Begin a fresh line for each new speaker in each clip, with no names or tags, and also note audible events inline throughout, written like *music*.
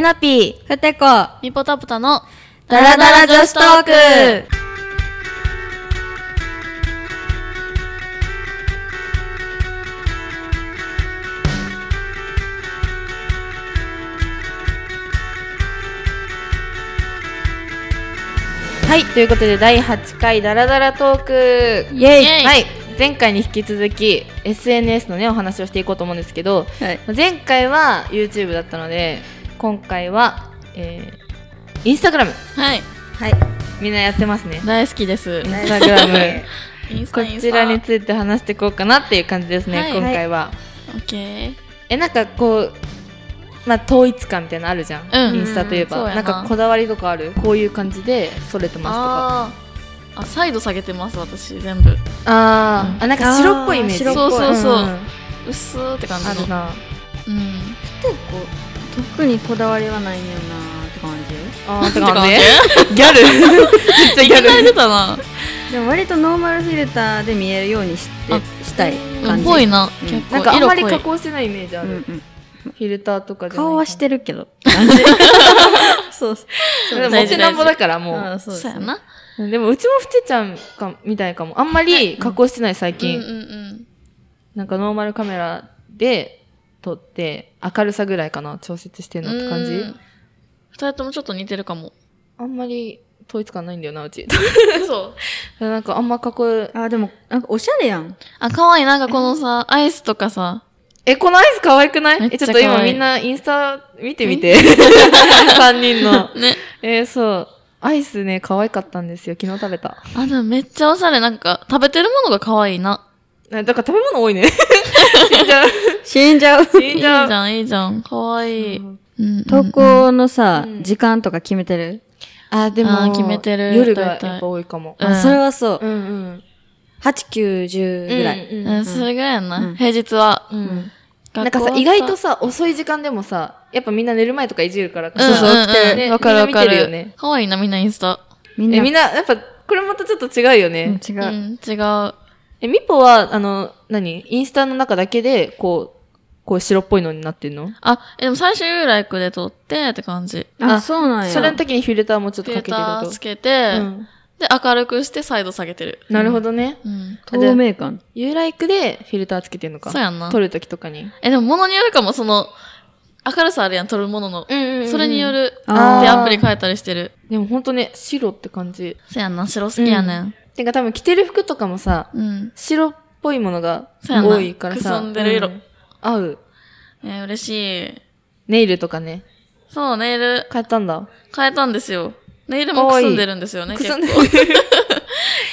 なぴー、ふてこ、ダ
ミポタプタの
ラダラ女子トークはい、ということで第8回ダラダラトーク
イエイ
はい、前回に引き続き SNS のね、お話をしていこうと思うんですけど、
はい
前回は YouTube だったので今回は、えー、インスタグラム
はい
はい、
みんなやってますね
大好きです
インスタグ
*laughs*
ラム
インス
こ
タインス
ち
タ
らについて話していこうかなっていう感じですね、
はい
今回は、
オッケー
えなんかこうまあ統一感みたいなのあるじゃん、
うん
インスタといえば、
そう
な
やなん
かこだわりとかあるこういう感じでそれてます
あーあサイド下げてます私全部
とかあー、
うん
あなんか白っぽいイメージ
あー白っぽい
そうそうそうん
ん
薄ーって感
ある
じの
な
うん
結構特にこだわりはないんよなーって感
あーって
なんて
感 *laughs*
感
じギ
*laughs*
ャルめっちゃギャ
慣れ
ル
てたな
じでも割とノーマルフィルターで見えるようにして
あ
したい
うん
感じ
ぽいな
うん
結
なん
構
かあん
色
まり
濃
加
い
工してないイメージあ
う
る、
んうん
フィルターとかじゃない
顔はしてるけど
*laughs*
そうそう
でも
大
持
事
ち
大
な
事
んぼだからも
あー
う
そうです
そう
ね
やな
でもうちもふてちゃんかみたいかもあんまり加工してない最
うんう
近、
んうん
なんかノーマルカメラで撮って明るさぐらいかな調節してんのって感じ、
うん二人ともちょっと似てるかも
あんまり統一感ないんだよなうち *laughs*
そう
なんかあんま加工
あーでもなんかおしゃれやん
あ可愛いなんかこのさアイスとかさ
えこのアイス可愛くない
めっち
え
ゃ
ちょっと今
可愛い
みんなインスタ見てみ
*laughs*
て三人の
ね
えー、そうアイスね可愛かったんですよ昨日食べ *laughs* た
あでもめっちゃおしゃれなんか食べてるものが可愛いな
あだから食べ物多いね死んじゃう
死んじゃ *laughs* う
*laughs* 死
いい
ん
じ
じゃう
ゃんいいじゃん可愛いうんうん
投稿のさ
うん
時間とか決めてる
あで
あー決めてる
夜が
大体
やっぱ多いかも
うん
あそれはそう
うんうん
8910ぐらい
うん
うん、それぐらいやな、
うん
平日は。
うんなん
学
か
校
さ
終わった
意外と、さ遅い時間でもさやっぱみんな寝る前とかいじるから
うんうん
そうそう来て
う
る
ん
ね
わかるわか
みんな見てるよ
る
ね。
可愛いな、みんなインスタ。
みんな
えみんなやっぱこれまたちょっと違うよね、
うん
う、
違うん
違う。
えみぽはあの何インスタの中だけでこうこう白っぽいのになってんの
あ、えでも最終ライクで撮ってって感じ。
あ
あ
そうなんや
それの時にフィルターもちょっ
フ
とか
ィ
け
ル
て
タ
る
ー
と
つけて、
うん
で、明るくしてサイド下げてる。
なるほどね、
うん。
透明感
U ライクでフィルターつけてんのか
そうやんな
撮る時とかに
え、でも物によるかも、その、明るさあるやん、撮るものの。
うんうん、
それによる。
あー
で、アプリ変えたりしてる。
でもほんとね白って感じ
そうやんな、白好きやねん。
てか多分着てる服とかもさ
うん。
白っぽいものが
そうやな
多いからさ。
くすんでる色
う合う。
えー嬉しい。
ネイルとかね。
そう、ネイル
変えたんだ。
変えたんですよ。ネイルもくすんでるんですよね、
く
結
すん
構
でる。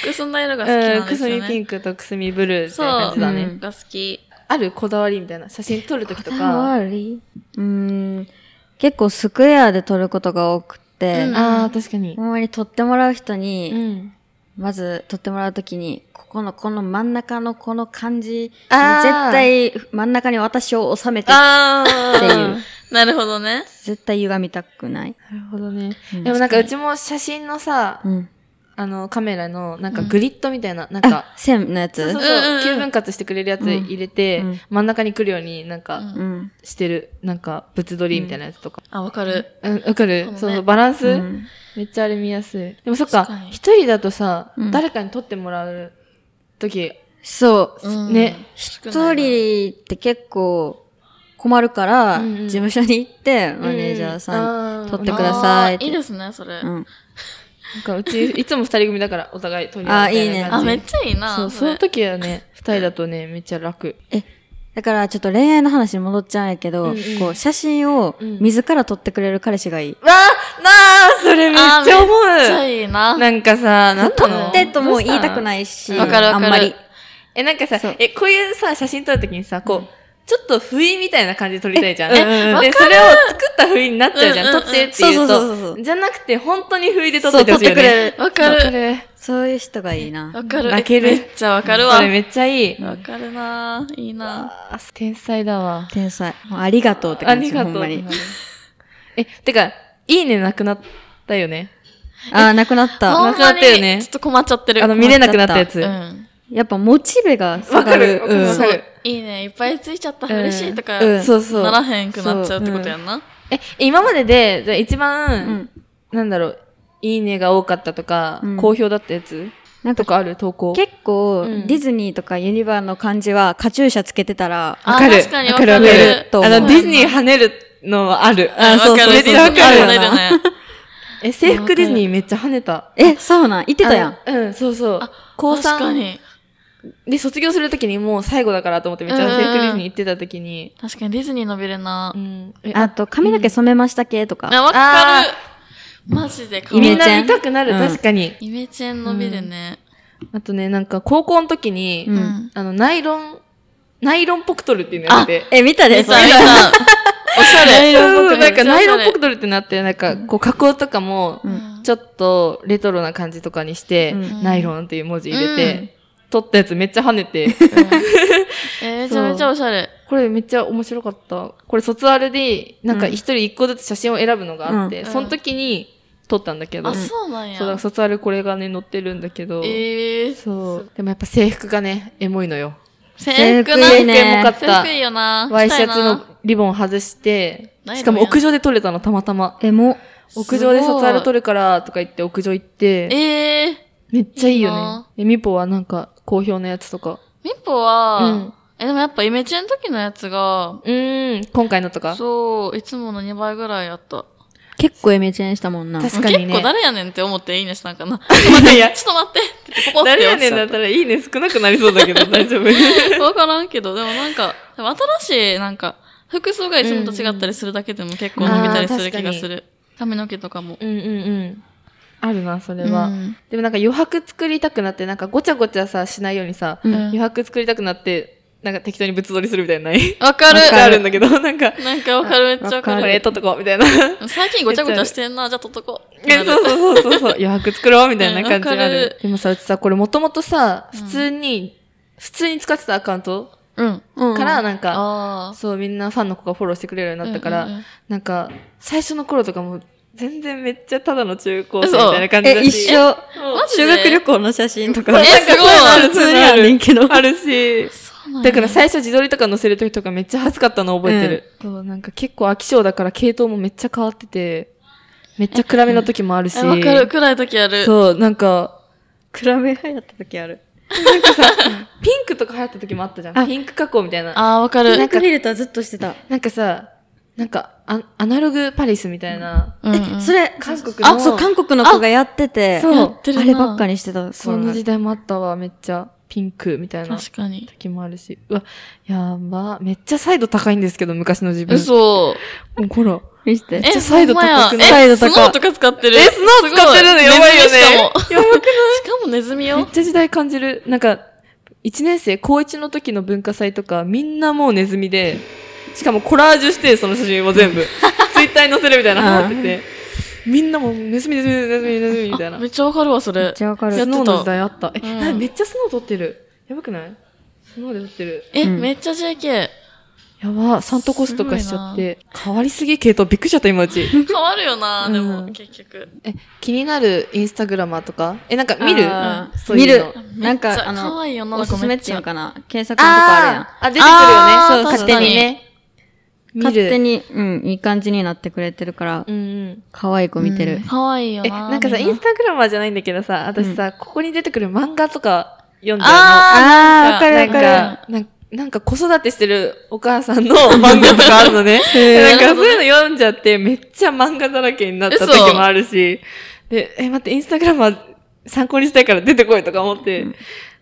くすんだ色が好き
う
なんん
く
です
す
よね。
みピンクとくすみブルーみたいな感じだ
う
ね
ん。
が好き。
あるこだわりみたいな。写真撮るときとか。あ
わりうーん結構スクエアで撮ることが多くって、
うん
あー、確かに。
ほんまに撮ってもらう人に、
ん。
まず撮ってもらうときに、ここのこの真ん中のこの感じ、絶
あー
対真ん中に私を収めて、
あー
っていう
なるほどね。
絶対歪みたくない。
なるほどね。
うん
でもなんかうちも写真のさ、
うん。
あのカメラのなんか
うん
グリッドみたいな、なん
あ
か、、
線のやつ
そうそう
うんうんう
うん9分割してくれるやつ入れて
うんうん、
真ん中に来るようになん
う
か
ん
うん。
してる、なんか物撮りみたいなやつとか。
あ、わかる。
うん、わかる
そうね
そうそう、バランス
うん
めっちゃあれ見やすい。でもそっ
確か
か
に、
一人だとさ、
うん
誰かに撮ってもらうとき、
そう。
うん
ね。
少ないな
一人って結構困るから、
うんう
事
ん
務所に行って、マネージャーさん。
う
撮ってください
あーいいですね、それ。
うん。
なんかう *laughs* ち、いつも二人組だから、お互い撮り
あ
合
ー
うみた
い
い
いね
な
あ、
感じ。
めっちゃいいな。
そう、そ
れ
の時はね、二人だとね、めっちゃ楽。
だからちょっと恋愛の話に戻っちゃうんやけど、
うんうん
こう、写真を
うん
自ら撮ってくれる彼氏がいい。
わあなあそれめっ
あー
ちゃ思
めっちゃ
う
いいな。
なんかさ、なん
撮
な
っ
の
てとも言いたく
い。
ないし、
わかるわかる
あんまり。
え、なんかさ
そう、
え、こういうさ、写真撮るときにさ、こう、ちょっと不意みたいな感じで撮りたいじゃん。
うんうんうん
で、それを作った不意になっちゃうじゃ
うんうんうん
ん。撮ってって言う
そうそうそうそうそ
と。じゃなくて、本当に不意で撮っててほしいよね。
そう撮ってくれる
わか
わか
る。
る。
そういう人がいいな。
わかる。
泣ける
めっちゃわかるわ。
それ
わ
めっちゃいい。
かるな。いいな。
あー *laughs* 天才だわ。
天才。もうありがとうって
あ
感じ。
りが
ほ
と
ん
う
まに。。
え、てか、いいねなくなったよね。
あー、なくなった。
ほんまに
なくなったよね
ちょっと困っちゃってる。
あの、見れなくなったやつ。
う
わ
ん。
やっぱモチベが下が
かる
る。。
わかる。
いいね。いっぱいついちゃった。
うん
嬉しいとか、
うんそうそう
ならへんくなっちゃうってことやんな。
え、今までで、じゃあ一番、
うん。
なんだろう、いいねが多かったとか、
うん
好評だったやつ
なん
と
か
かある投稿。
結構、
うん
ディズニーとかユニバーの感じはカチューシャつけてたら、
あ
わかる。
確かにわかる
わかる
と
わか
思う
る。あの、ディズニー跳ねるのはある。
あそうそう
めっちゃわかるよ
そうそうそう
ね。
え、制服ディズニーめっちゃ跳ねた。
え、そうなん言ってたやん。
あの。うん、そうそう
あ。
高
確か
3
に。
で卒業するときにもう最後だからと思ってめっちゃ
うんうん
制服ディズニー行ってたときに。
確かにディズニー伸びるな
う。ん。え
あと、髪の毛染めましたけとか。
あ、わか
あ
る。マジで可
イ
愛い
メ
み
チェ
ん
ン
な見たくなる、
うん
確かに。
イメチェン伸びるね。
あとね、なんか高校の時に、
うん
あの、ナイロン、ナイロンポクトルっていうのやってて。
え、見たで
見
それ
た見た。おしゃ
ナ
れ。
イロンポクトル。
め
な
っ
ん
ちゃ
か
おしゃ
ナ
れ
イロンポクトルってなって、なんかこう加工とかも、ちょっとレトロな感じとかにして、
うん
ナイロンっていう文字入れて、撮ったやつめっちゃ跳ね
*laughs*
て、
えーめちゃめちゃおしゃれ。
これめっちゃ面白かった。これ卒アルで、なんか
うん
一人一個ずつ写真を選ぶのがあって、
うん
その時に撮ったんだけど、
あ、そうなんや
そうだから。卒アルこれがね、載ってるんだけど、
えー、
そう。でもやっぱ制服がね、エモいのよ。
制
制
服
服
ない
いね
エモかっ
制
た
服。いいよな。
ワイ
着
シ
たい
ャ
な
ツのリボン外して、
ないのよ
しかも屋上で撮れたのたまたま。
え、も
屋上です
ごい
卒アル撮るからとか言って屋上行って、
えー、
めっちゃいい
いい
よ
な
ね。で、ミポはなんか好評のやつとか。
ミポは、
うん
え、でもやっぱイメチェンの時のやつが、
うーん、今回のとか。
そう、いつもの2倍ぐらいあった。
う、結構イメチェンしたもんな。
確かにね
結構誰やねんって思っていいねしたんか
*laughs*
な。
いやいや
ちょっと待ってって言って、ポポって
誰や
落ち
ねん
ちゃ
だ
っ
ったらいいね少なくなりそうだけ *laughs* ど大丈夫。
た。わからんけど、でもなんか、でも新しい、なんか、服装がいつもと違ったりするだけでも結構伸びたりする気がする。髪の毛とかも。
うんうんうん。あるな、それ
うん
は。でもなんか余白作りたくなって、なんかごちゃごちゃさ、しないようにさ、
うん
余白作りたくなって、なんか適当に物撮りするみたい *laughs* なのない。
わかる
あるあるんだけど、なんか、
なんかわかる、めっちゃわ
こ
か
れ
る。
撮っとこう、みたいな。
最近ごちゃごちゃしてんな、じゃあ撮っとこう。
*laughs* えそうそうそうそうそう。余白作ろうみたいな感じがあ
うんわか
る
る。
でもさ、うちさ、これもともとさ、
うん
普通に、普通に使ってたアカウント
うん。
うん
から、なんか、
あ
そう、みんなファンの子がフォローしてくれるよう
あ。
になったから、
うんうんうん
なんか、最初の頃とかも、全然めっちゃただの中高生み
そう
たいな感じだ
え、
し。
一緒。
そう
マジで
修学旅行の写真とか。
えすごい
普通にあるねんけど。
あるし。
そうなんや
だから最初自撮りとか載せる時とかめっちゃ恥ずかったの覚えてる。そう、なんか結構飽き性だから系統もめっちゃ変わってて、めっちゃ暗めの時もあるし。
えわかる、暗い時ある。
そう、なんか、
比べ流行った時ある。
*laughs* ピンクとか流行った時もあったじゃん。
あ
ピンク加工みたいな。
ああ、わか
ピ
る
ン。クフィルターずっとしてた。
なんかさ、なんかア、アナログパリスみたいな。
うんうん
それ、
韓国の。
あ、そう、韓国の子がやってて、
そう
やってるな
あればっかりしてた。
そんな時代もあったわ、めっちゃ。ピンクみたいな
確かに。
時もあるし。うわ、やば。めっちゃサイド高いんですけど、昔の自分。
嘘。
うんほら。
見せて
え。サイド高くない
え
サイド
ス
高い
ノーとか使ってる。
えスノー使ってるの
すご
やばいよね
ネズミしかも。しかもネズミ
めっ
よ。
ちゃ時代感じる。なんか、一年生、高一の時の文化祭とか、みんなもうネズミで、しかもコラージュして、その写真を
*laughs*
全部。ツイッターに載せるみたいなのになってて。みんなもうネズミ、ネズミ、ネズミ、ネズミみたいな
あめ。っちゃわかるわ、そ
めっ
れ。
ちゃわか
ス
る。
ノーの時代あった。え、
うん
なんかめっちゃスノー撮ってる。やばくないスノーで撮ってる。
え、
うん
めっちゃ JK。
やば、サントコスとかしちゃって。変わりすぎ系統びっくりしちゃった、今うち。 *laughs*
変わるよな、で
う
も、
ん
結局。
え、気になるインスタグラマーとかえ、なんか見る
あー
そういうの
見なんか
めっちゃ
あの
可愛い女
お
の子
すすめ
め
っ
ってち
いう
ゃ。
のかな検索のとこ
あ
あ
ーあ、出てくるよね。そう、
あー
勝手にね。
る
見
やん。勝手
る。
に、うん、いい感じになってくれてるから
う、んうん。
可愛い子見て
う
る
ん。可愛いよ
え、
な。
なんかさ、
み
インスタグラマーじゃないんだけどさ、私さ、ここに出てくる漫画とか読んじゃうの。
あ
あー
ーわかる
な
わ
ん
かる
か、なんなんか子育てしてるお母さん
*laughs*
の漫画とかあるのね。なんかそういうの読んじゃって、めっちゃ漫画だらけになった時もあるし、で、え、待って、インスタグラムは参考にしたいから出てこいとか思って、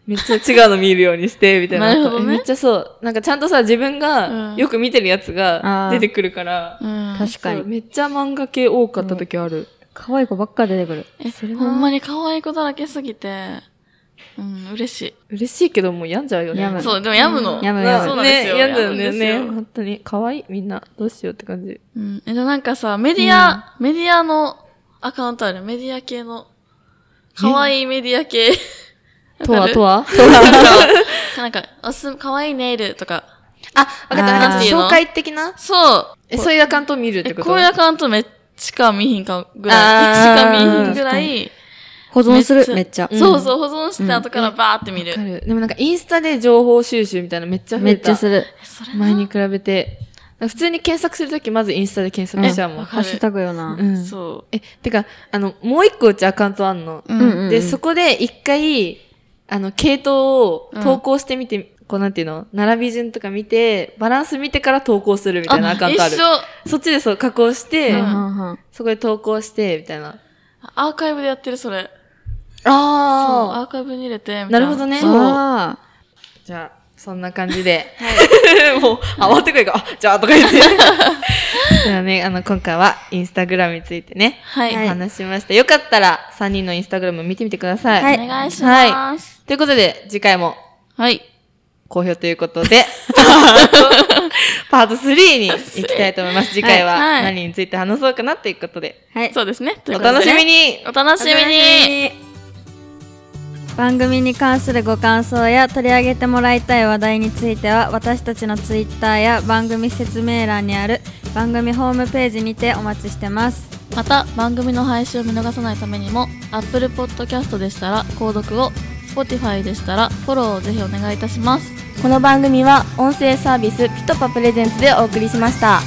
めっちゃ違うの見るようにして、みたいな。
なるほどね
えめっちゃそう。なんかちゃんとさ、自分
う
が
ん
よく見てるやつ
あ
が
ー
出てくるから、
うん。
確か
そう
に。
めっちゃ漫画系多かった時ある。
可愛い子ばっか出てくる。
え、
それは
ほんまに可愛い子だらけすぎて、うん、嬉し
嬉しいけど、もう病んじゃうよね。
病
い。
む
そう、でも病むの。
病む
そうなんですよ。
ね、病んだよね。
病むんですよ
本当に。可愛いみんな。どうしようって感じ。
うん。え、でもなんかさ、メディア、メディアのアカウントある。メディア系の。かわいいメディア系。
とはと *laughs* は
わかるなんか、おす、かわいいネイルとか。
あ、わかった。なんか
あー
紹介的な
そう。
え、そういうアカウントを見るっ
え、
てこと
こういうアカウントめっちゃ見ひんかぐ
あ
ら
ー
い。しか見ひんぐらい。
保存する、めっちゃ
う。ん
そうそう、保存して後からバーって見る
わか。る。でもなんかインスタで情報収集みたいなのめっちゃ増
め
え
っち
た。
ゃする。
えそれな
前に比べて。普通に検索するとき、まずインスタで検索しちゃうもん。
わかる
ハッシュタグよな。
うん
そう。
え、てか、あの、もう一個うちアカウントあんの。
うん
うん
で、そこで一回、あの、系統を投稿してみて、こうなんていうの並び順とか見て、バランス見てから投稿するみたいなアカウントある
一。緒
そっちでそう加工して、
うん
うんうん
そこで投稿して、みたいな。
アーカイブでやってる、それ。そうア
ああ。
ーカイブに入れてみたい
なるほどね。
そう。
あ
じゃあ、そんな感じで。 *laughs* もう、慌てくれが、あ、じゃあ、とか言
*laughs*
って。ではね、あの、今回はインスタグラムについてね、
はい。
お話ししました。よかったら、3人のインスタグラム見てみてください。
はい
お願いします。
ということで、次回も
はい。
好評ということ
*laughs*
で、パート3に行きたいと思います。次回は
はい
何について話そうかなということで、
ーはい。
そうですね。という
お
ことで
楽しみに
お楽しみに
番組に関するご感想や取り上げてもらいたい話題については私たちのツイッターや番組説明欄にある番組ホームページにてお待ちしてます
また番組の配信を見逃さないためにも Apple Podcast でしたら購読を Spotify でしたらフォローをぜひお願いいたします
この番組は音声サービスピトパプレゼンツでお送りしました。